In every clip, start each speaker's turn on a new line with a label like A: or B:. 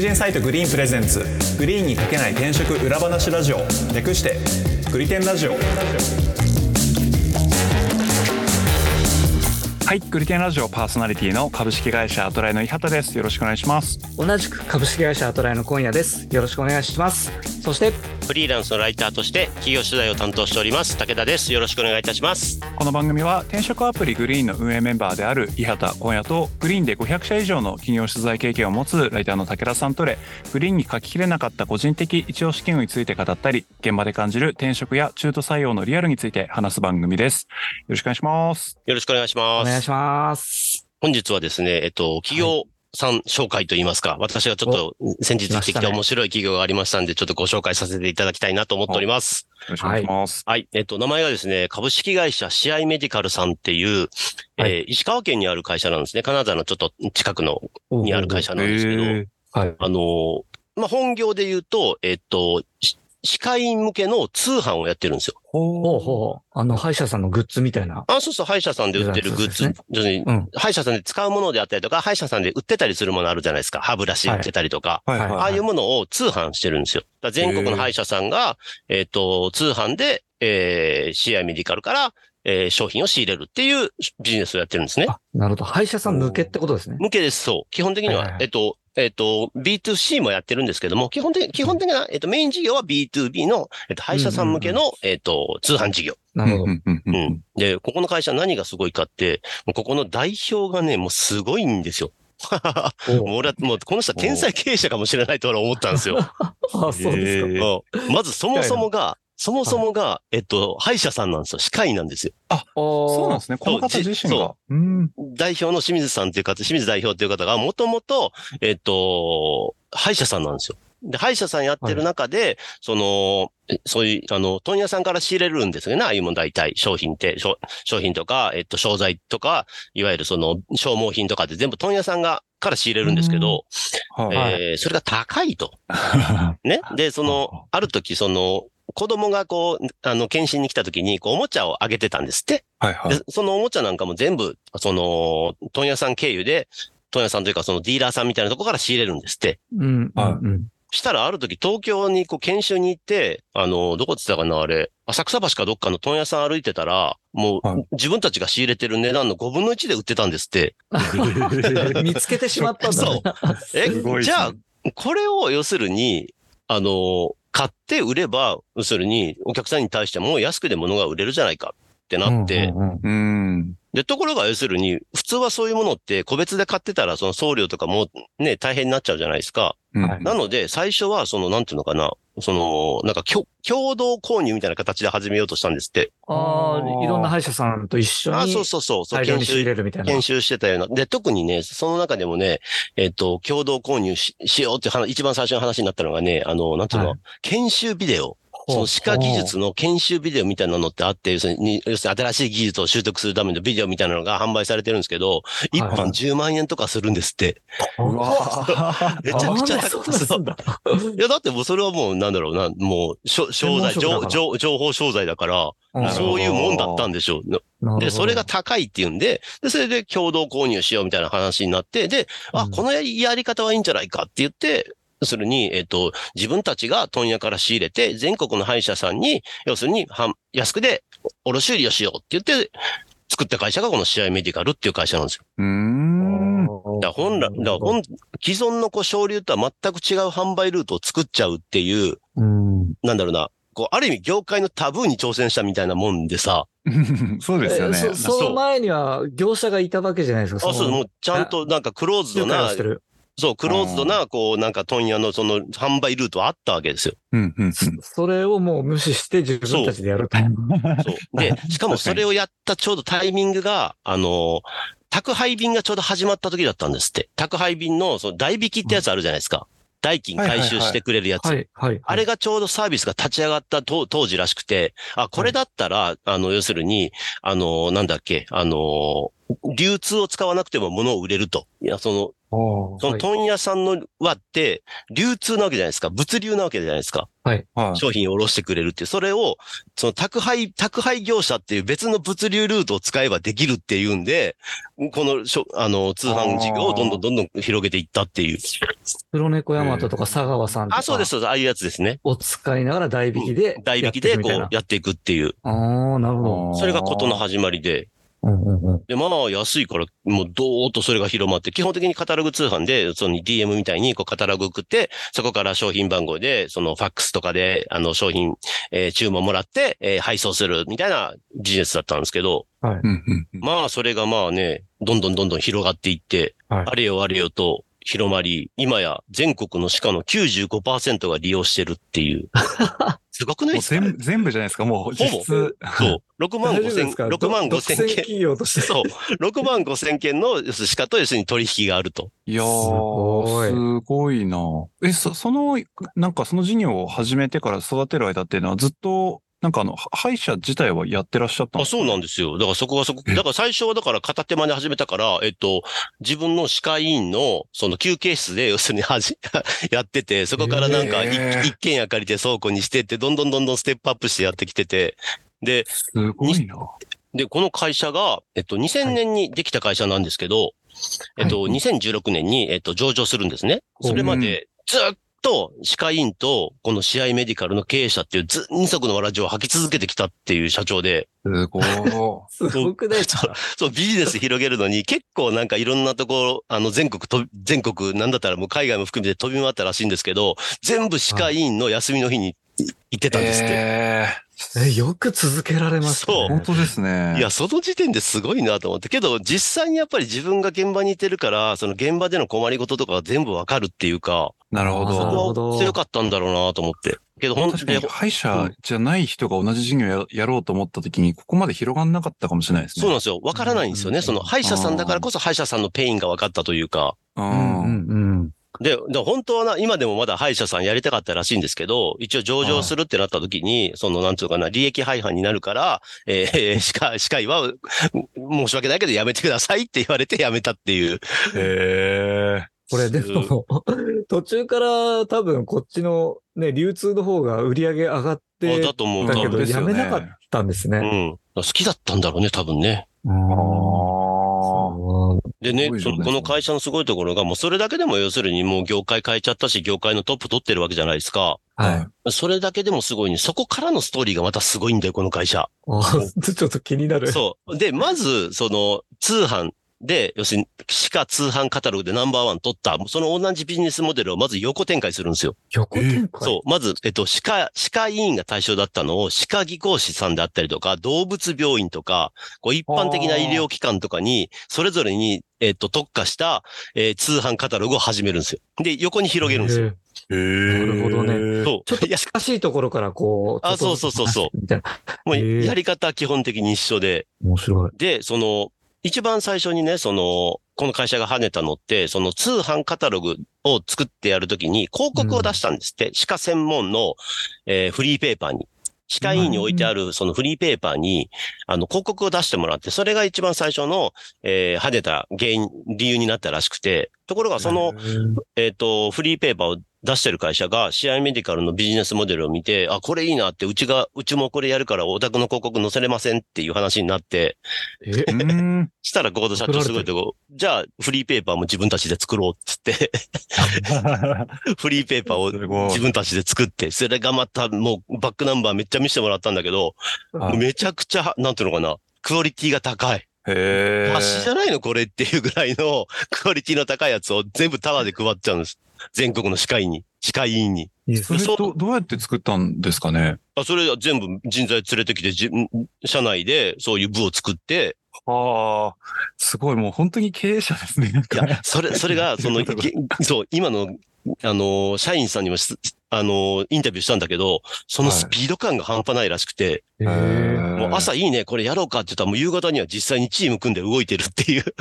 A: 人サイトグリーンプレゼンツグリーンにかけない転職裏話ラジオ略してグリテンラジオ
B: はい、グリテンラジオパーソナリティの株式会社アトライの伊畑です。よろしくお願いします。
C: 同じく株式会社アトライの今夜です。よろしくお願いします。そして、
D: フリーランスのライターとして企業取材を担当しております武田ですよろしくお願いいたします
B: この番組は転職アプリグリーンの運営メンバーである伊畑今夜とグリーンで500社以上の企業取材経験を持つライターの武田さんとでグリーンに書ききれなかった個人的一応試験について語ったり現場で感じる転職や中途採用のリアルについて話す番組です。よろしくお願いします。
D: よろしくお願いし
C: お
D: ます
C: 願いします。
D: 本日はですねえっと企業さん紹介といいますか、私がちょっと先日行っ
C: 来まし
D: てき
C: た
D: た
C: ね
D: 面白い企業がありましたんで、ちょっとご紹介させていただきたいなと思っております。
B: よろしくお願いします。
D: はい。えっと、名前がですね、株式会社試合メディカルさんっていう、
C: は
D: えー石川県にある会社なんですね。金沢のちょっと近くの、にある会社なんですけど、
B: え
C: はい。
D: あのーまあ、本業で言うと、えっと、し歯科医院向けの通販をやってるんですよ。
C: ほうほう。あの、歯医者さんのグッズみたいな。
D: あ、そうそう、歯医者さんで売ってるグッズ
C: そうで、
D: 要するに
C: うん
D: 歯医者さんで使うものであったりとか、歯医者さんで売ってたりするものあるじゃないですか。歯ブラシ売ってたりとか。
B: はい
C: はい
D: ああいうものを通販してるんですよ。だから全国の歯医者さんが、えっ、と、通販で、えー、CI メディカルから、えー商品を仕入れるっていうビジネスをやってるんですね。
C: あ、なるほど。歯医者さん向けってことですね。
D: 向けです、そう。基本的
C: は
D: に
C: いはい
D: は
C: は、い
D: えっと、えっと、B2C もやってるんですけども、基本的、基本的な、えっと、メイン事業は B2B の、えっと、歯医者さん向けの、えっと、通販事業。
C: な
B: うん
C: るほ
B: う
C: ど。
B: んうんう
D: うんん。で、ここの会社何がすごいかって、もうここの代表がね、もうすごいんですよ。もう俺は、もうこの人は天才経営者かもしれないと俺は思ったんですよ。
C: あ、そうですか。
B: えー
D: うんまずそもそもが、そもそもが、えっと、歯医者さんなんですよ。歯科医なんですよ。
B: そうなん
C: お
B: ですね。この方
D: そう
B: 自身が
D: そ。
B: うん。
D: 代表の清水さんっていう方、清水代表っていう方が、もともと、えっと、歯医者さんなんですよ。で、歯医者さんやってる中で、その、えそういう、あの、問屋さんから仕入れるんですよね。ああいうもん大体、商品って、商商品とか、えっと、商材とか、いわゆるその、消耗品とかって全部問屋さんが、から仕入れるんですけど、
B: はい。
C: はい
D: えーそれが高いと。
B: は
D: ね。で、そ
B: は
D: の、ある時、その、子供がこう、あの、検診に来た時に、こう、おもちゃをあげてたんですって。
B: いは
D: で、そのおもちゃなんかも全部、その、問屋さん経由で、問屋さんというかそのディーラーさんみたいなとこから仕入れるんですって。
C: うん。うん
B: はい
C: うん
D: したらある時東京にこう研修に行って、あの、どこって言ったかな、あれ、浅草橋かどっかの問屋さん歩いてたら、も
B: はいう
D: 自分たちが仕入れてる値段の5分の1で売ってたんですって。
B: い。
C: 見つけてしまったんだ
D: そ
C: ね
D: う。。え
B: すごいっすね
D: じゃあ、これを要するに、あの、買って売れば、要するにお客さんに対しても安くで物が売れるじゃないかってなって、
C: うんうんうん
B: うん。
D: で、ところが要するに、普通はそういうものって個別で買ってたら、その送料とかもね、大変になっちゃうじゃないですか。
B: うん
D: なので、最初は、その、なんていうのかな、その、なんかきょ、共同購入みたいな形で始めようとしたんですって。
C: ああ、いろんな歯医者さんと一緒に。
D: あ、そうそうそう、そう、
C: 大量
D: 研
C: に仕入
D: 修、
C: れるみたいな。
D: 研修してたような。で、特にね、その中でもね、えっと、共同購入ししようっていう話、一番最初の話になったのがね、あの、なんていうの、
C: はい
D: 研修ビデオ。その歯科技術の研修ビデオみたいなのってあって、要するに、要するに新しい技術を習得するためのビデオみたいなのが販売されてるんですけど、一
C: はい
D: 本10万円とかするんですって。
B: うわ
D: めちゃくちゃ
C: あそう
D: 高
C: なん
D: そう
C: だ。
D: いや、だってもうそれはもう、なんだろうな、もう、しょ商材、
C: 専門職だ
D: 情
C: から
D: 情情報商材だか
C: う
D: ら、
C: ん
B: なるほど
D: そういうもんだったんでしょう。で、それが、高いっていうんで、で、それで共同購入しようみたいな話になって、で、
C: う
D: あ、
C: ん
D: このやりやり方はいいんじゃないかって言って、要するに、えっ、と、自分たちが問屋から仕入れて、全国の歯医者さんに、要するに、はん安くで卸売りをしようって言って、作った会社がこの試合メディカルっていう会社なんですよ。
B: うー。
C: うんん
B: は
D: だから本来、だから本既存のこう、省流とは全く違う販売ルートを作っちゃうっていう、
C: うん
D: なんだろうな、こう、ある意味業界のタブーに挑戦したみたいなもんでさ、
B: そうですよね。
C: えそその前には業者がいたわけじゃないですか。
D: あ、そう、も
C: う、
D: うちゃんとなんかクローズド
C: 仲介を
D: な
C: して、る。
D: そう、クローズドな、こう、なんか問屋のその販売ルートはあったわけですよ。
B: うん うんうん
C: それをもう無視して自分たちでやると。
D: そう。で、しかも
B: 確か
D: そ
B: に
D: れをやったちょうどタイミングが、あの、宅配便がちょうど始まった時だったんですって。宅配便の、その代引きってやつあるじゃないですか。代金回収してくれるやつ。
C: はい、はい。
D: あれがちょうどサービスが立ち上がったと当時らしくて、あ、これだったら、あの、要するに、あの、なんだっけ、あの、流通を使わなくても物を売れると。いや、その、
C: おー
D: その
C: はい
D: 問屋さんの輪って、流通なわけじゃないですか。物流なわけじゃないですか。
B: はい。
D: 商品を卸してくれるっていう。それを、その宅配、宅配業者っていう別の物流ルートを使えばできるっていうんで、このしょ、あの、通販事業をどんどんどんどん広げていったっていう。
C: 黒猫ヤマトとか佐川さんとか。
D: あ、そうです、そうです。ああいうやつですね。
C: を使いながら代引きで。
D: 代引きでこ
C: やっていく
D: う
C: み
D: やっていくっていう。
C: たいな。ああ、なるほど。
D: それがことの始まりで。
C: うんうんうん。
D: で、まあ安いから、もうどーっとそれが広まって、基本的にカタログ通販で、その DM みたいにこうカタログ送って、そこから商品番号で、そのファックスとかで、あの商品、えー注文もらって、えー配送するみたいなビジネスだったんですけど、
B: うんうんうん。
D: まあそれがまあね、どんどんどんどん広がっていって、
C: はい
D: あれよあれよと広まり、今や全国の鹿の95%が利用してるって いう。すごくな
B: も
D: いで
B: う
D: すか
B: 全部、全部じゃないですか。もう実質。
D: そう。6万
C: 大
D: 5
C: 丈夫で
D: 千、
C: すか
D: 6万5千
C: 独
D: 件
C: 占。企業として。
D: そう。6万5千件の要するに鹿と要するに取引があると。
B: いや
C: すごい
B: ー、すごいな。え、そ、その、なんかその事業を始めてから育てる間っていうのはずっと、なんかあの、は歯医者自体はやってらっしゃったん
D: あ、
B: です
D: そうなんですよ。だからそこがそこ、
B: え
D: だから最初はだから片手間で始めたから、えっと、自分の歯科医院のその休憩室で要するにはじ、 やってて、そこからなんか
B: へ
D: 一
B: ー
D: 一軒家借りて倉庫にしてって、どんどんどんどんステップアップしてやってきてて、で、
B: すごいな。
D: で、この会社が、えっと、2000年にできた会社なんですけど、えっと、2016年に、えっと、上場するんですね。
C: ほう
D: それまで、ずっと、歯科医院と、この試合メディカルの経営者っていう、ず、二足のわらじを履き続けてきたっていう社長で、
B: す ごい。
C: すごくないですか
D: そう、ビジネス広げるのに、 結構なんかいろんなところ、あの、全国と、全国、なんだったらもう海外も含めて飛び回ったらしいんですけど、全部歯科医院の休みの日にい行ってたんですって。
B: え
C: え、よく続けられました
B: ー
D: そ
B: 本
C: ね。
B: 当ですね。
D: いや、その時点ですごいなと思って。けど、実際にやっぱり自分が現場にいてるから、その現場での困りごととかが全部わかるっていうか、
B: なるほ
C: なる
B: ど。
C: ほど
D: そこは強かったんだろうなと思って。けど、本
B: 確
D: 当
B: かに、
D: に、
B: 歯医者じゃない人が同じ事業ややろうと思った時に、ここまで広がんなかったかもしれないですね。
D: そうなんですよ。わからないんですよ
C: う
D: ね。
C: ん
D: その、歯医者さんだからこそ歯医者さんのペインが分かったというか。
B: うんうん。
C: うん
D: で、で本当はな、今でもまだ歯医者さんやりたかったらしいんですけど、一応上場するってなった時に、その、なんていうのかな、利益廃反になるから、えー、 歯科、歯科医は、申し訳ないけどやめてくださいって言われてやめたっていう。
B: へえ。
C: これでも、途中から多分こっちのね、流通の方が売り上げ上がっ
D: あ
C: て
D: だと思う。
C: だけ
D: 多分
C: ど、
B: です
C: や
B: よね
C: めなかったんですね。
D: うん。好きだったんだろうね、多分ね。
B: あ
C: あ
B: あ。
D: でね
B: すご、いじ
D: そ
B: ゃない
D: のこの会社のすごいところが、もうそれだけでも要するにもう業界変えちゃったし、業界のトップ取ってるわけじゃないですか。
C: はい。
D: それだけでもすごいね。そこからのストーリーがまたすごいんだよ、この会社。
C: あーちょっと気になる。
D: そう。で、まず、その、通販で、要するに、歯科通販カタログでナンバーワン取った、その同じビジネスモデルをまず横展開するんですよ。
C: 横展開。
D: そう。まず、えっと、歯科、歯科医院が対象だったのを、歯科技工士さんであったりとか、動物病院とか、こう一般的な医療機関とかに、それぞれに、えっと、特化した、えー通販カタログを始めるんですよ。で、横に広げるんですよ。
C: へー
B: へえ。
C: なるほどね
D: そう。
C: ちょっ と
D: いや
C: 近しいところからこう。。
D: あそうそうそうそう
C: みたいな。
D: もう
C: へー
D: やり方は基本的に一緒で、
C: 面白い。
D: で、その、一番最初にね、その、この会社が跳ねたのって、その通販カタログを作ってやるときに広告を出したんですって、歯科専門の、えーフリーペーパーに。歯科医院に置いてあるそのフリーペーパーに、あの、広告を出してもらって、それが一番最初の、えー跳ねた原因、理由になったらしくて、ところがその、えっ、と、フリーペーパーを出してる会社が、試合メディカルのビジネスモデルを見て、あ、これいいなって、うちが、うちもこれやるから、お宅の広告載せれませんっていう話になって、
C: え
B: う、ん。
D: したら、ここの社長すごいとこ、じゃあ、フリーペーパーも自分たちで作ろうっ つって、フリーペーパーを
B: すご
D: 自
B: い。
D: 分たちで作って、それがまた、もう、バックナンバーめっちゃ見せてもらったんだけど、
B: はい
D: めちゃくちゃ、なんていうのかな、クオリティが高い。
B: へ
D: 発信じゃないのこれっていうぐらいの、クオリティの高いやつを全部タワーで配っちゃうんです。全国の歯科医に、歯科医院に。
C: いいで
B: え。
C: す
B: そ
D: ね
B: れ
D: そう
B: ど、どうやって作ったんですかね
D: あそれは全部人材連れてきて、じん社内でそういう部を作って、
B: ああ、すごい、もう本当に経営者ですね。なん
D: い
B: か
D: や、それ、それが、そ
B: そう
D: の、
B: いうこ
D: げそう、今の、あのー、社員さんにもし、あのー、インタビューしたんだけど、そのスピード感が半端ないらしくて、
C: へ
B: へ
C: ー
B: ー
D: もう朝いいね、これやろうかって言ったら、もう夕方には実際にチーム組んで動いてるっていう、め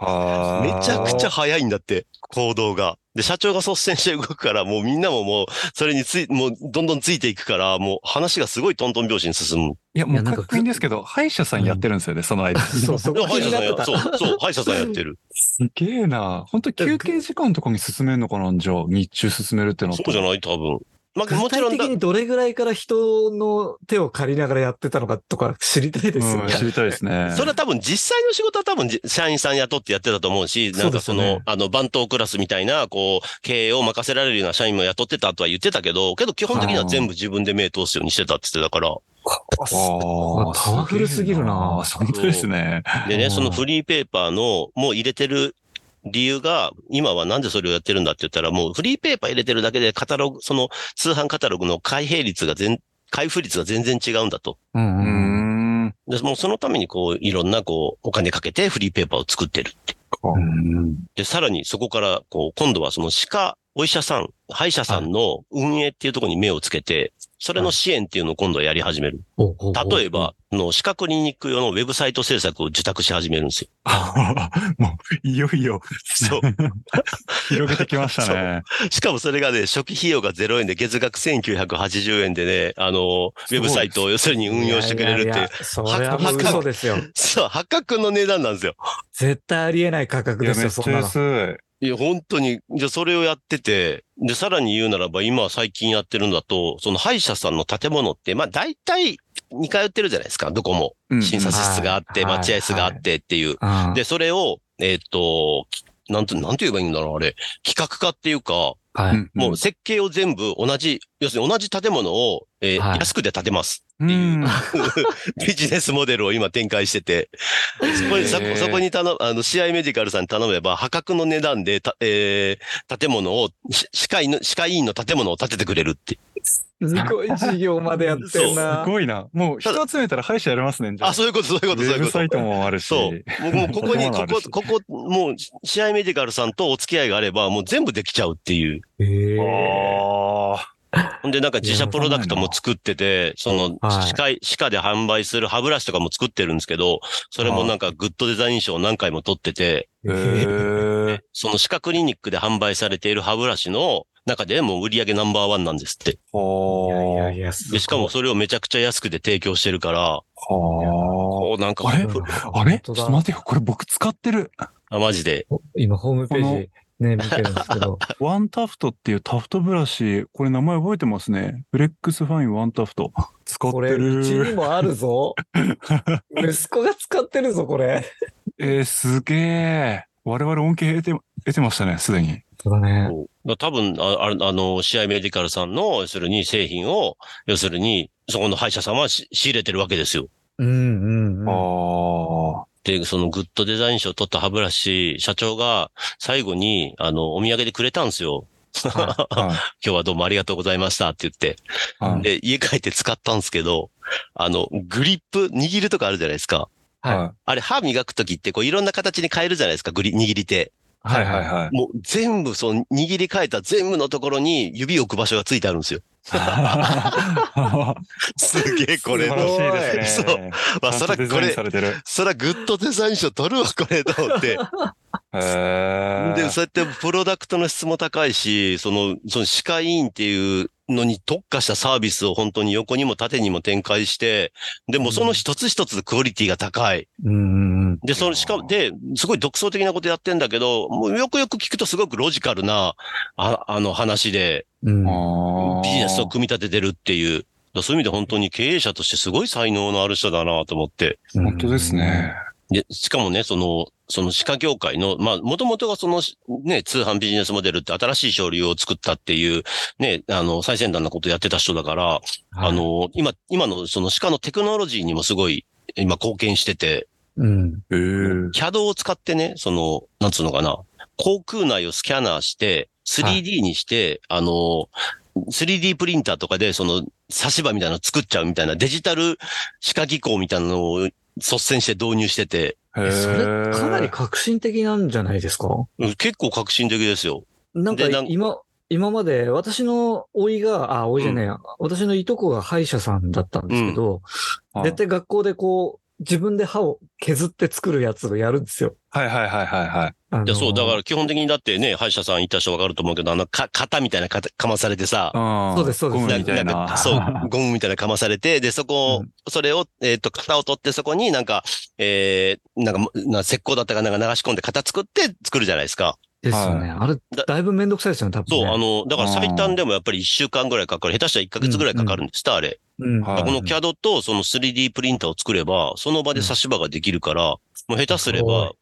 B: あー
D: ちゃくちゃ早いんだって、行動が。で、社長が率先して動くから、もうみんなももう、それについ、もうどんどんついていくから、もう話がすごいトントン拍子に進む。
B: いや、もう
C: なんか
B: 確認ですけど、歯医者さんやってるんですよね、その間。
C: そう、そ
D: で
C: こ
D: も歯医
C: 気
D: 者
C: になん
D: さ
C: って
D: や、
C: た。
D: そう、そう、歯医者さんやってる。
B: すげえな。本当休憩時間とかに進めるのかな、じゃあ、日中進めるっての
D: そうじゃない多分。まあ、
C: 具
D: もちろ
C: 体
D: ん
C: 的
D: だ、
C: にどれぐらいから人の手を借りながらやってたのかとか知りたいですよ
B: うん、
C: ね。
B: 知りたいですね。
D: それは多分実際の仕事は多分じ社員さん雇ってやってたと思うし、なんかその、
B: そうですよね
D: あの、番頭クラスみたいな、こう、経営を任せられるような社員も雇ってたとは言ってたけど、けど基本的には全部自分で目通すようにしてたって言ってたから。
B: ああ、
C: パワフルすぎるな
B: すげえ本当ですね。
D: で
C: う
D: ね、
C: ん
D: そのフリーペーパーの、もう入れてる、理由が、今はなんでそれをやってるんだって言ったら、もうフリーペーパー入れてるだけで、カタログ、その通販カタログの開閉率が全、開封率が全然違うんだと。
C: うん
B: う
C: うん
B: ん。
D: で、もうそのためにこう、いろんなこう、お金かけてフリーペーパーを作ってるって。
B: うん
D: で、さらにそこから、こう、今度はその歯科、お医者さん、歯医者さんの運営っていうところに目をつけて、それの支援っていうのを今度はやり始める。例え、ば、あの歯科クリニック用のウェブサイト制作を受託し始めるんですよ。
B: もう、いよいよ、
D: そう。
B: 広げてきましたね。
D: しかもそれがね、初期費用が0円で月額1980円でね、あの、ウ
B: すごい
D: ェブサイトを要するに運用してくれるってい
C: い
D: う。
C: やいやいやそれはもう嘘ですよ。
D: そう、破格の値段なんですよ。
C: 絶対ありえない価格
B: い
C: で
B: や、
C: す
B: めっ
C: よ、
B: ち
C: そん
B: ゃ
C: なの。
B: 安
D: いや、本当に、じゃあそれをやってて、で、さらに言うならば、今最近やってるんだと、その歯医者さんの建物って、まあ大体似通ってるじゃないですか、どこも。
B: い。
D: 診察室があって、
C: はい
D: 待合室があってっていう。
C: うん
D: で、それを、えーっと、きなんて、なんて言えばいいんだろう、あれ。企画化っていうか、
C: は
B: う
C: い。
B: ん
D: もう設計を全部同じ、要するに同じ建物を、えー
C: はい
D: 安くで建てま
B: う
D: す。
B: んうん
D: ビジネスモデルを今展開してて、そこに、そこ
B: へー
D: そこに頼む、あの、試合メディカルさんに頼めば、破格の値段で、たえー建物を、し歯科医の、歯科医院の建物を建ててくれるって。
C: すごい事業までやってん
B: す
C: な。
B: ごいな。もう、人集めたら歯医者やれますね、じゃ
D: あ、そういうこと、そういうこと、
B: ウ
D: そう
B: ェ
D: いう
B: ブ
D: こと
B: サイ。トもあるし。
D: そう。僕もうここ
B: 建物
D: に、こ
B: あるし
D: こ、ここ、もう、試合メディカルさんとお付き合いがあれば、もう全部できちゃうっていう。
C: へー
B: ああ。
D: ほんで、なんか自社プロダクトも作ってて、その、
C: はい
D: 歯科医、歯科で販売する歯ブラシとかも作ってるんですけど、それもなんかグッドデザイン賞を何回も取ってて、
B: へー
D: その歯科クリニックで販売されている歯ブラシの中でもう売り上げナンバーワンなんですって。
C: いやい
B: は
C: や
B: あ
C: いや、すご
D: で、
C: い
D: しかもそれをめちゃくちゃ安くで提供してるから、
B: は
D: おなんか、
B: あれ
D: ふ
B: あ。あれちょっ
C: 本当
B: と
C: だ
B: 待てよ、これ僕使ってる。
D: あ、マジで。
C: 今、ホームページね、見てるんです けど。
B: ワンタフトっていうタフトブラシ、これ名前覚えてますね。フレックスファインワンタフト。使っ
C: こ
B: て
C: れ、うちに
B: る。
C: もあ るぞ。息子が使ってるぞ、これ。
B: えー、すげえ。我々恩恵得て、得てましたね、すでに。
C: そうだね。
D: そう多分あああの、試合メディカルさんの、要するに製品を、要するに、そこの歯医者さんはし仕入れてるわけですよ。
C: うん うんうん。
B: ああ。
D: で、そのグッドデザイン賞を取った歯ブラシ、社長が最後に、あの、お土産でくれたんですよ。
C: は
B: はい
D: 今日はどうもありがとうございましたって言って。
B: はい。
D: で、家帰って使ったんですけど、あの、グリップ、握るとかあるじゃないですか。
C: は
D: あれ、歯磨くときって、こう、いろんな形に変えるじゃないですか、グリ、握り手。
B: はいはいはい。
D: もう、全部、その、握り変えた全部のところに指を置く場所がついてあるんですよ。すげえ、こ れ
B: 素晴
D: の。
B: らしいです
D: そう
B: ね。
D: まあ、
B: ち
D: そ
B: ゃんと
D: ら、
B: デ
D: こ
B: ザイン
D: れ
B: さ、れてる。
D: そら、グッドデザイン賞取るわ、これ、と思 って。
B: へ
D: で、
B: ー
D: そうやってプロダクトの質も高いし、その、その歯科医院っていうのに特化したサービスを本当に横にも縦にも展開して、でもその一つ一つクオリティが高い。
C: い。うんうんうん。
D: で、その、しかも、で、すごい独創的なことやってんだけど、もうよくよく聞くとすごくロジカルな、ああの話で、
C: うん
B: あー
D: ビジネスを組み立ててるっていう。そういう意味で本当に経営者としてすごい才能のある人だなと思って。
B: 本当ですね。
D: で、しかもね、その、その歯科業界の、まあ、もともとがその、ね、通販ビジネスモデルって新しい省流を作ったっていう、ね、あの、最先端なことやってた人だから、
C: はい。
D: あの、今、今のその歯科のテクノロジーにもすごい、今貢献してて、
C: うん。
B: えー
D: CAD を使ってね、その、なんつうのかな、航空内をスキャナーして、3D にして、あの、3D プリンターとかで、その、差し歯みたいなの作っちゃうみたいな、デジタル歯科技巧みたいなのを率先して導入してて、
B: へ
C: え
B: ー
C: それ、かなり革新的なんじゃないですか
D: うん結構革新的ですよ。
C: なんか
D: でなん
C: 今、今まで私の甥いが、あ、甥いじゃねえや、私のいとこが歯医者さんだったんですけど、
B: はい
C: 絶対学校でこう、自分で歯を削って作るやつをやるんですよ。
B: はいはいはいはいはい。
C: あの
D: いや、そう、だから基本的にだってね、歯医者さん行った人わかると思うけど、あの、か、型みたいなかかまされてさ、
B: うん
C: そうですそうです
B: ゴムみたい
D: んか
B: な。
D: そう、ゴムみたいなかまされて、で、そこを、
B: う
D: それを、えっ、と、型を取って、そこになんか、えー、なんか、な石膏だったかなんか流し込んで型作って作るじゃないですか。
C: ですよね。
B: は
C: あれ
D: だ、
C: だいぶめんどくさいですよね、多分、
D: そう、
C: ね。
D: あの、だから最短でもやっぱり1週間ぐらいかかる。下手したら1ヶ月ぐらいかかるんです、たあれ。
C: うん。
B: はい
D: この CAD とその 3D プリンターを作れば、その場で差し歯ができるから、もう下手すれば、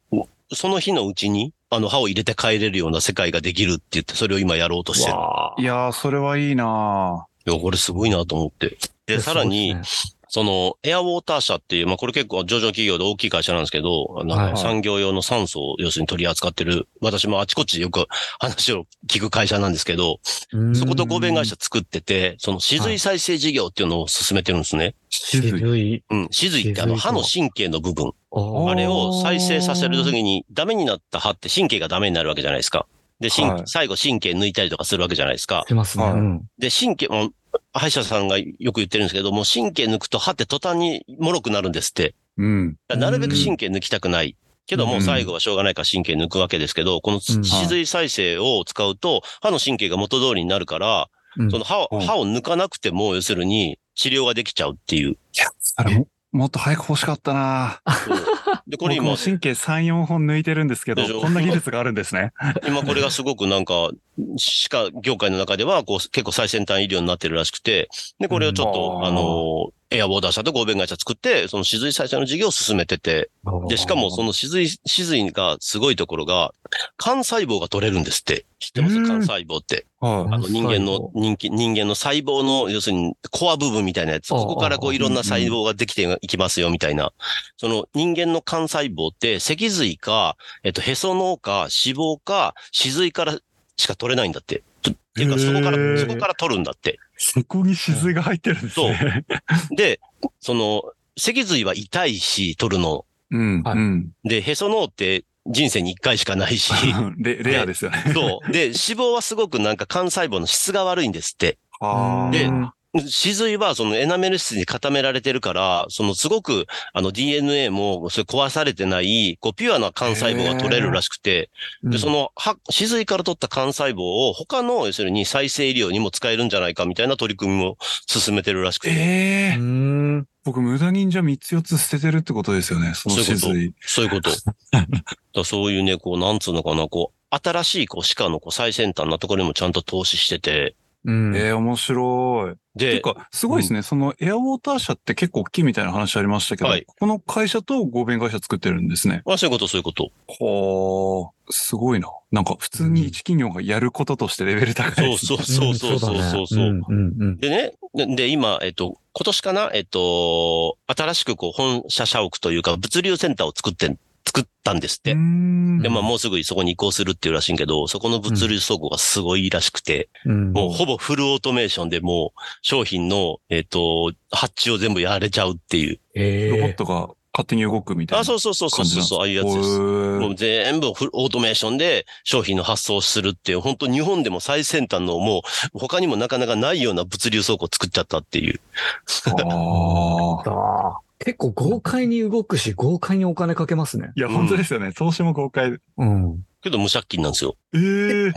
D: その日のうちに、あの、歯を入れて帰れるような世界ができるって言って、それを今やろうとしてる。
C: わー
B: いやー、それはいいなぁ
D: いや、これすごいなと思って。で、さらに、
C: そうです
D: その、エアウォーター社っていう、まあ、これ結構上場企業で大きい会社なんですけど、あの
C: はいはい
D: 産業用の酸素を要するに取り扱ってる、私もあちこちでよく話を聞く会社なんですけ
C: ね
D: ど、
C: うん
D: そこと合弁会社作ってて、その、歯髄再生事業っていうのを進めてるんですね。
C: 渋い。
D: うん。歯髄ってあの、歯の神経の部分。
C: あ
B: ー
D: あれを再生させるときに、ダメになった歯って神経がダメになるわけじゃないですか。で、神
B: はい
D: 最後神経抜いたりとかするわけじゃないですか
C: あ。しますね。
B: はい
C: うん
D: で、神経、も歯医者さんがよく言ってるんですけども、神経抜くと歯って途端に脆くなるんですって。
B: うん。
D: だからなるべく神経抜きたくない。けど
B: う
D: も
B: ん
D: 最後はしょうがないから神経抜くわけですけど、この
C: うん
D: 歯髄再生を使うと、歯の神経が元通りになるから、
C: うん
D: その歯
B: う
D: を
B: ん
D: 歯を抜かなくても、要するに治療ができちゃうっ ていう。
B: あれも、もっと早く欲しかったなぁ
D: そうで、これ
B: 僕
D: 今
B: も、神経3、4本抜いてるんですけど
D: でし、ょ
B: こんな技術があるんですね。
D: 今これがすごくなんか、歯科業界の中では、こう、結構最先端医療になってるらしくて、で、これをちょっ
B: う
D: と、
B: ん
D: あの、エアボーダー社と合弁会社作って、その歯髄再生の事業を進めてて、で、しかもその歯髄、歯髄がすごいところが、幹細胞が取れるんですって。知ってます
B: うん
D: 幹細胞って。
B: は
D: あの人間の、人気人間の細胞の、要するにコア部分みたいなやつ、
C: ああ
D: ここからこ
C: あ
D: う
C: あ
D: いろんな細胞ができていきますよみたいな。その人間の幹細胞って脊髄か、えっと、へその緒か、脂肪か、歯髄からしか取れないんだって。とっていうか、
B: へえ
D: そこから、そこから取るんだって。
B: そこに髄が入ってるんですね。
D: で、その、脊髄は痛いし、取るの。
B: うん、
C: はい
B: うん。
D: で、へその緒って人生に一回しかない し。
B: レレアですよね。
D: そう。で、脂肪はすごくなんか幹細胞の質が悪いんですって。
B: は
D: で
B: ぁ
D: 歯髄はそのエナメル質に固められてるから、そのすごくあの DNA もそれ壊されてない、こうピュアな幹細胞が取れるらしくて、
C: う
D: で、
C: ん
D: その歯歯髄から取った幹細胞を他の要するに再生医療にも使えるんじゃないかみたいな取り組みも進めてるらしくて、
B: え
C: う
B: ー、
C: ーん。
B: 僕無駄にじゃあ3つ4つ捨ててるってことですよね、その
D: そう
B: 髄。
D: いうことそうい うこと。だからそういうね、こうなんつうのかな、こう新しいこう歯科のこう最先端なところにもちゃんと投資してて、
C: うん。
B: えー、面白い。てい
D: で
B: う、か、すごいですね、そのエアウォーター社って結構大きいみたいな話ありましたけど、
D: はい
B: ここの会社と合弁会社作ってるんですね。
D: あそういうこと、そういうこと。
B: はあ、すごいな。なんか普通に一企業がやることとしてレベル高いです、
D: そ
B: ね。
D: うそうそうそうそうそうそう。
C: んだねうんうん
D: でね、でで今、えっと、今年かな、えっと、新しくこう、本社社屋というか、物流センターを作って、作ったんですって。
B: ん
D: で、まあ、もうすぐそこに移行するっていうらしいんけど、そこの物流倉庫がすごいらしくて、
C: うん。
D: もうほぼフルオートメーションでもう、商品の、えっと、発注を全部やれちゃうっていう。
C: ええ
B: ロボットが勝手に動くみたいな
D: あ、そうそうそうそ
B: 感
D: う
B: じ
D: そう
B: なんです
D: そ
B: か。
D: う、ああいうやつです。もう
B: で
D: 全部フルオートメーションで商品の発送をするっていう、本当日本でも最先端のもう、他にもなかなかないような物流倉庫を作っちゃったっていう。
B: す。ああ。
C: だ結構豪快に動くし、豪快にお金かけますね。
B: いや、
D: うん
B: 本当ですよね。投資も公開。
C: うん。
D: けど無借金なんですよ。
B: ええー、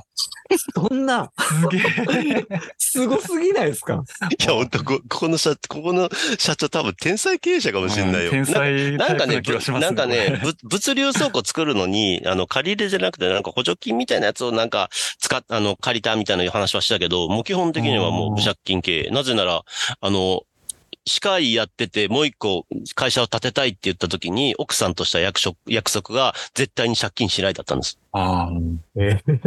C: そんな、
B: すげえ。
C: すごすぎないですか
D: いや、ほんと、こ、ここの社、ここの社長多分天才経営者かもしれない よ。
B: 天才
D: な
B: タ
D: ん
B: イ
D: か
B: プ
D: ね、
B: な気
D: ぶ
B: がします
D: なんかね、ぶ物流倉庫作るのに、あの、借り入れじゃなくて、なんか補助金みたいなやつをなんか、使っ、あの、借りたみたいな話はしたけど、もう基本的にはもう無借金経営。なぜなら、あの、歯科医やってて、もう一個会社を建てたいって言った時に、奥さんとした約束、約束が絶対に借金しないだったんです。
B: ああ。
C: ええ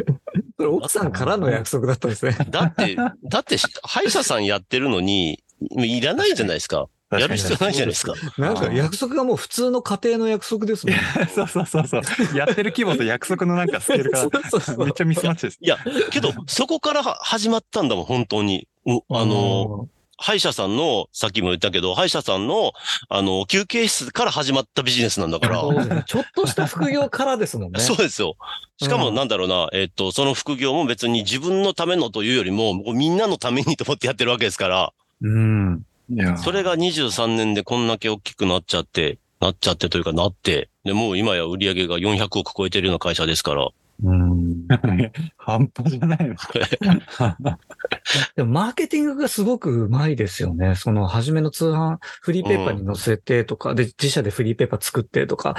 C: それ奥さんからの約束だったんですね。
D: だって、 だって、歯医者さんやってるのに、いらないじゃないですか。やる必要ないじゃないですか。
C: なんか約束がもう普通の家庭の約束ですもん。
B: そうそうそうそう。やってる規模と約束のなんかスケールが
C: そうそう
B: めっちゃミスマッチです。
D: いや、けど、そこからは始まったんだもん、本当に。うんあの、歯医者さんの、さっきも言ったけど、歯医者さんの、あの、休憩室から始まったビジネスなんだから
C: そ。うですねちょっとした副業からですもんね。
D: そうですよ。しかも、
C: うん
D: なんだろうな、えっと、その副業も別に自分のためのというよりも、もうみんなのためにと思ってやってるわけですから、
C: うん。
B: いや
D: それが23年でこんだけ大きくなっちゃって、なっちゃってというかなって、で、もう今や売り上げが400億超えてるような会社ですから、
B: うん。半端じゃないの。
C: でもマーケティングがすごくうまいですよね。その、初めの通販、フリーペーパーに載せてとか、で、自社でフリーペーパー作ってとか、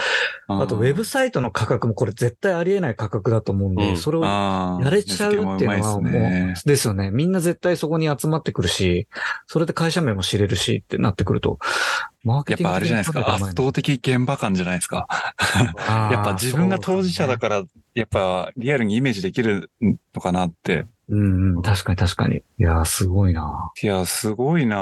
C: あとウェブサイトの価格もこれ絶対ありえない価格だと思うんで、
D: うん
C: それを
B: あー
C: やれちゃうっていうのはもう
B: 見つけまいっすね
C: ですよね。みんな絶対そこに集まってくるし、それで会社名も知れるしってなってくると、マーケ
B: やっ
C: ティン
B: ぱ
C: グ
B: あれじゃないですか。
C: 的に
B: 圧倒的現場感じゃないですか。
C: あー
B: やっぱ自分が当事者だから、やっぱリアルにイメージできるのかなって。
C: そうですねうんうん、確かに確かに。いやー、すごいない
B: や、すごいな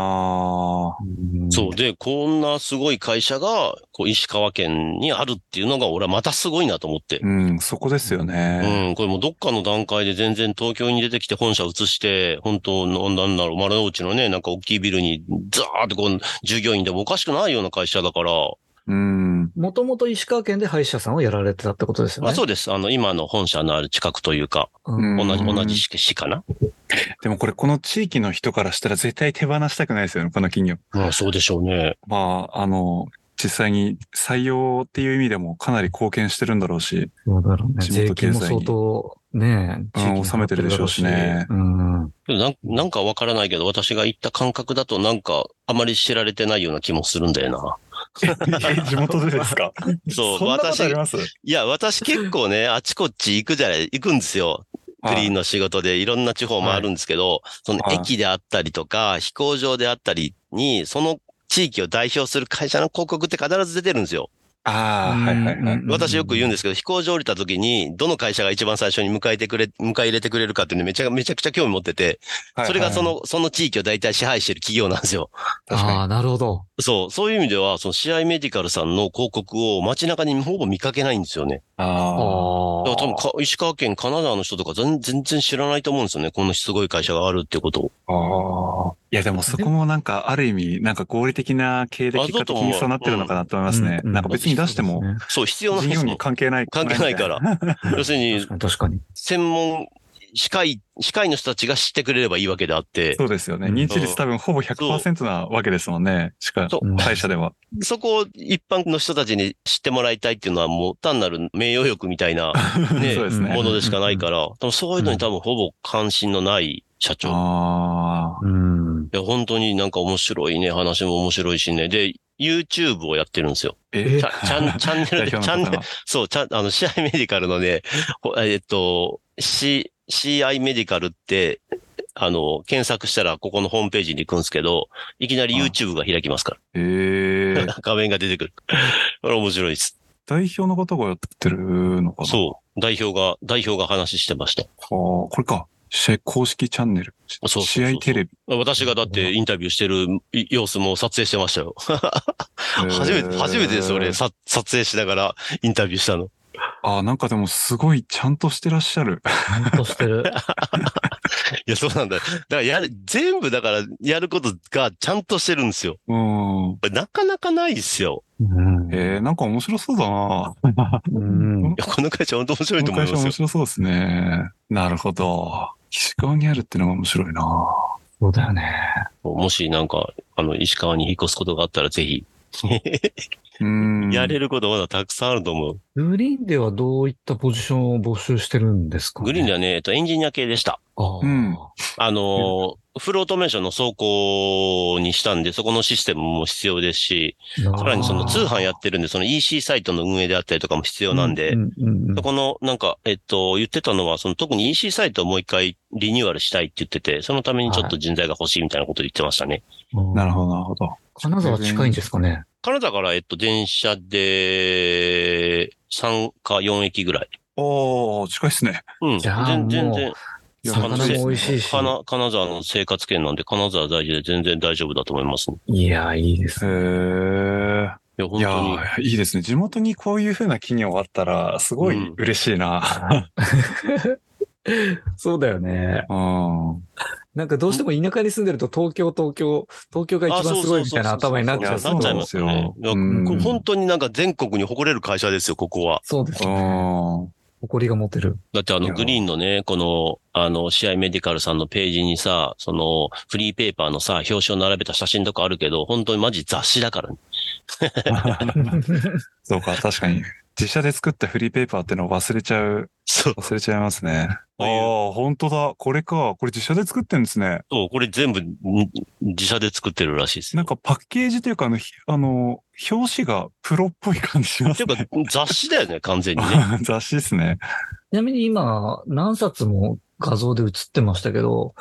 B: ぁ
C: うん
D: そう。で、こんなすごい会社が、こう、石川県にあるっていうのが、俺はまたすごいなと思って。
B: うん、そこですよね。
D: うん、これもうどっかの段階で全然東京に出てきて本社移して、本当の、なんだろう、丸の内のね、なんか大きいビルに、ザーってこう、従業員でもおかしくないような会社だから、
B: うん。
C: もともと石川県で歯医者さんをやられてたってことですよね。
D: まあそうです。あの、今の本社のある近くというか、
C: うん
D: 同じ、
B: うん
D: 同じ市市かな。
B: でもこれ、この地域の人からしたら絶対手放したくないですよね、この企業。
D: まあそうでしょうね。
B: まあ、あの、実際に採用っていう意味でもかなり貢献してるんだろう し、
C: そうだろうね。
B: 地元
C: 税金
B: 経
C: も
B: 済
C: 相
B: に
C: 当ね、地域に
B: 収めてるでしょうしね
C: うんうん。
D: でもなんなんかわからないけど、私が行った感覚だとなんか、あまり知られてないような気もするんだよな。
B: 地元でですか
D: そう
B: そんなこと
D: 私
B: あります
D: いや、私結構ね、あちこち行くじゃない、行くんですよ。グリーンの仕事でいろんな地方回るんですけど、その
B: はい
D: 駅であったりとか、飛行場であったりに、その地域を代表する会社の広告って必ず出てるんですよ。
B: ああ、はいはいはい
C: うん。
D: 私よく言うんですけど、飛行場降りた時に、どの会社が一番最初に迎えてくれ、迎え入れてくれるかっていうのめちゃめちゃくちゃ興味持ってて、それがそ、の、その地域を大体支配してる企業なんですよ。
B: 確かに
C: ああ、なるほど。
D: そう、そういう意味では、その試合メディカルさんの広告を街中にほぼ見かけないんですよね。
C: あ
B: あ
D: だから多分
C: あ。
D: か、石川県、カナダの人とか全全然知らないと思うんですよね。こんなすごい会社があるってことを。
B: あああ。いや、でもそこもなんか、ある意味、なんか合理的な経営で
D: あ
B: 結果的
D: そう
B: に
D: と思う
B: そうなってるのかなと思いますね。
C: うんうん
B: なんか別に出しても、
D: そう、必要なん
B: 事
D: です
B: 業
D: よ
B: に関係ない。
D: 関係ないから。要するに
C: 確、かに確かに。
D: 専門、歯科医、歯科医の人たちが知ってくれればいいわけであっ て、
B: そうですよね。
C: うん
B: 認知率多分ほぼ100%なわけですもんね。しか、
D: そう
B: 会社では。
D: そこを一般の人たちに知ってもらいたいっていうのはもう単なる名誉欲みたいなね
B: そうですね。
D: ものでしかないから、多分そういうのに多分ほぼ関心のない社長。い
B: あ
C: うん。
D: や、本当になんか面白いね、話も面白いしね。で、YouTube をやってるんですよ。
B: あ。え
D: チャチャン チャンネルで、チャンネル、そう、ちゃん、あの、CI メディカルのね、ほえっと、C、CI メディカルって、あの、検索したらここのホームページに行くんですけど、いきなり YouTube が開きますか
B: ええ
D: ら、画面が出てくる。これ面白いです。
B: 代表の方がやってるのかなう。
D: そう。代表が、代表が話してました。
B: これか。試合公式チャンネル。
D: そうそうそう
B: 試合テレビ。
D: 私がだってインタビューしてるい様子も撮影してましたよ。初めて、初めてです、
B: よ
D: 俺、さ撮影しながらインタビューしたの。
B: ああ、なんかでもすごいちゃんとしてらっしゃる。
C: ほんとしてる。
D: いや、そうなんだ。だからやる、全部だからやることがちゃんとしてるんですよ。
B: うん。
D: これなかなかないですよ。
C: うん
B: えー、なんか面白そうだな
C: うん
D: いや、この会社本当面白い
B: ことの
D: 思
B: 会
D: い
B: 社
D: ますよ
B: 面。白そうですね。なるほど。岸川にあるってのが面白いな
C: そうだよね。
D: もしなんか、あの、石川に引っ越すことがあったらぜひ、
B: うん。
D: やれ
B: る。
D: ることまだたくさんあると思う。
C: グリーンではどういったポジションを募集してるんですかね、
D: グリーンで
C: で
D: はね、えっと、エンジニア系でした。
C: ああ。
B: うん
D: あのー、フルオートメーションの走行にしたんで、そこのシステムも必要ですし、さらにその通販やってるんで、その EC サイトの運営であったりとかも必要なんで
C: う、んうんうん
D: そこの、なんか、えっと、言ってたのは、その特に EC サイトをもう一回リニューアルしたいって言ってて、そのためにちょっと人材が欲しいみたいなこと言ってましたね。
C: うん
B: なるほど、なるほど。
C: 金沢近いんですかね
D: カナダから、えっと、電車で、3か4駅ぐらい。
B: おー、近いっすね。
D: うん。
C: じゃあ
D: 全全
C: もう
D: 然、
B: いや
C: 魚も美味しいし。
D: 金金沢の生活圏なんで、金沢大事で全然大丈夫だと思いますね。
C: いや、いいです
B: へ
C: ね。
B: ー。
D: いや、本
B: いや
D: 当に。
B: ーいいですね。地元にこういう風な企業があったら、すごい
D: うん
B: 嬉しいな、
C: そうだよね。
B: うん、
C: なんかどうしても田舎に住んでると東京、東京、東京が一番すごいみたいな頭になっちゃ
B: や
C: う。
B: そうそうそうそう
D: なっちゃ
B: ま
D: いますすよね。いや
B: うん
D: これ本当になんか全国に誇れる会社ですよ、ここは。
C: そうですね。
B: うん。
C: 誇りが持てる。
D: だってあ
B: いや
D: の、グリーンのね、この、あの、試合メディカルさんのページにさ、その、フリーペーパーのさ、表紙を並べた写真とかあるけど、本当にマジ雑誌だからね。
B: そう か、確かに。自社で作ったフリーペーパーってのを忘れちゃう、
D: そう。
B: 忘れちゃいますね。あ
D: そういう
B: あ、本当だ。これか。これ自社で作ってるんですね。
D: そう、これ全部ん自社で作ってるらしいです
B: な
D: よ。
B: んかパッケージというか、あの、ひあの、表紙がプロっぽい感じしま
D: てい
B: す
D: う
B: ね。
D: か、雑誌だよね、完全にね。
B: 雑誌ですね。
C: ちなみに今、何冊も画像で写ってましたけど、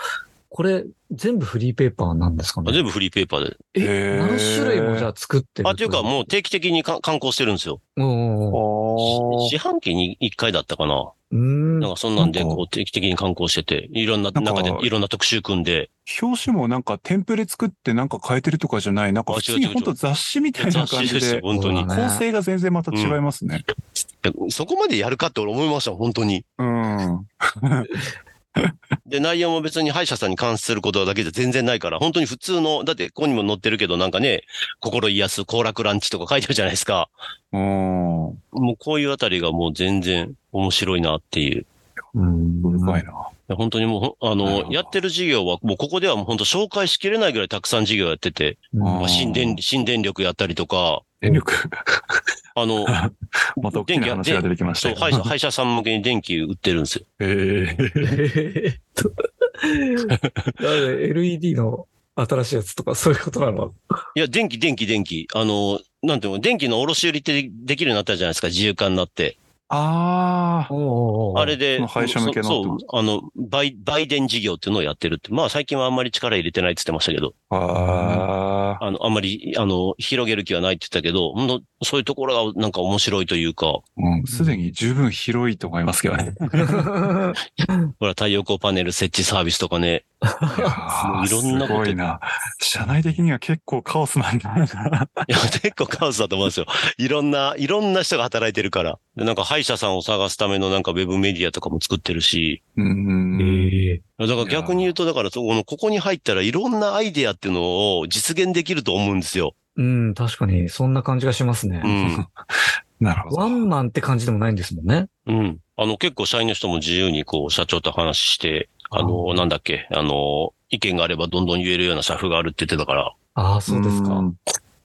C: これ全部フリーペーパーなんですかね
D: 全部フリーペーパーで。
B: え
C: 何種類もじゃあ作ってる
D: あ、というかもう定期的にか刊行してるんですよ。
C: うん
B: あ
D: 四半期に一回だったかな。
C: うーん
D: なんかそんなんで、
B: なんか
D: こう定期的に刊行してて、いろんな
B: なんか
D: 中でいろんな特集組んで、
B: あ。表紙もなんかテンプレ作ってなんか変えてるとかじゃない。なんか
D: あ
B: 普通
D: 違う
B: に
D: 違う
B: 本当雑誌みたい な
D: 雑
B: 感
D: 誌
B: じ
D: ですよ、
B: で。
D: 本当に
C: う。
B: 構成が全然また違いますね。
D: そこまでやるかって俺思いました、本当に。
B: うん。
D: で、内容も別に歯医者さんに関することだけじゃ全然ないから、本当に普通の、だってここにも載ってるけど、なんかね、心癒す行楽ランチとか書いてあるじゃないですか。
B: うん。
D: もうこういうあたりがもう全然面白いなっていう。いう
B: うんまいな。
D: や本当にもうほん、あ
B: なるほ
D: の、
B: ど
D: やってる事業は、もうここではもう本当紹介しきれないぐらいたくさん事業やってて、
B: あ
D: まあ、
B: ー
D: 新電、新電力やったりとか、
B: 電力。
D: あの、
B: また大きな話が出てきました
D: そう、
B: よ。
D: 歯医者、歯医者さん向けに電気売ってるんですよ。
B: ええ
C: えーっと、なんで LED の新しいやつとかそういうことなの
D: いや、電気、電気、電気。あの、なんていうの、電気の卸売りってできるようになったじゃないですか、自由化になって。
B: ああ。
D: あれ
B: そ
D: で
B: の、配車向けの
D: そそう、あの、売、売電事業っていうのをやってるって。まあ、最近はあんまり力入れてないって言ってましたけど、
B: ああ。
D: あの、あんまり、あの、広げる気はないって言ったけど、ほんとそういうところがなんか面白いというか、ほ
B: うんすでに十分広いと思いますけどね。
D: ら、太陽光パネル設置サービスとかね、
B: いやー
D: いろんな
B: す
D: こ
B: ご
D: と
B: いな。社内的には結構カオスなんだ な。
D: いや、結構カオスだと思うんですよ。いろんな、いろんな人が働いてるから。で、なんか歯医者さんを探すためのなんかウェブメディアとかも作ってるし。
B: うん。
C: え
D: だから逆に言うと、だからそこの、ここに入ったらいろんなアイデアっていうのを実現できると思うんですよ。
C: うん、確かに、そんな感じがしますね
D: う。ん。
B: なるほ
C: ワ
B: ど。
C: ンマンって感じでもないんですもんね。
D: うん。あの、結構社員の人も自由にこう、社長と話して、あ
C: あ
D: の、なんだっけ、あの、意見があればどんどん言えるような社風があるって言ってたから。
C: ああ、そうですか。
B: ん。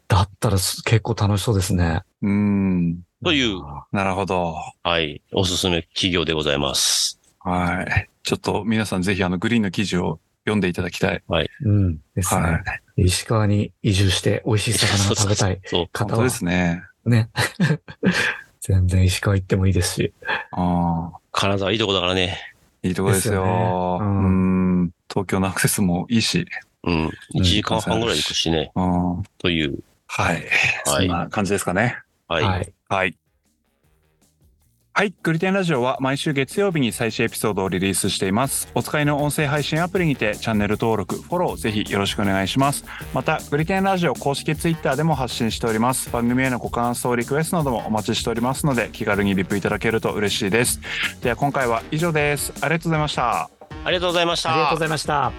C: だったらす結構楽しそうですね。
B: うん。
D: という
C: あ
B: なるほど。
D: はい。おすすめ企業でございます。
B: はい。ちょっと皆さんぜひあのグリーンの記事を読んでいただきたい。
C: ー。うん。ですね。
B: はい。
C: 石川に移住して美味しい魚が食べたい
D: そう。
B: 本
C: 方
B: 当
C: は
B: で、すね。
C: ね。全然石川行ってもいいですし。
B: ああ。
D: 金沢いいとこだからね。
B: いいとこですよ。
C: ですよね
B: う
C: うん
B: ん。東京のアクセスもいいし。
D: うん。1時間半ぐらい行くしね。
B: うん。はい。
D: という。
B: そんな感じですかね。
D: はい。
C: はい。
B: はい。はい。グリテンラジオは毎週月曜日に最新エピソードをリリースしています。お使いの音声配信アプリにてチャンネル登録、フォローぜひよろしくお願いします。また、グリテンラジオ公式ツイッターでも発信しております。番組へのご感想、リクエストなどもお待ちしておりますので、気軽にリプいただけると嬉しいです。では今回は以上です。ありがとうございました。
D: ありがとうございました。
C: ありがとうございました。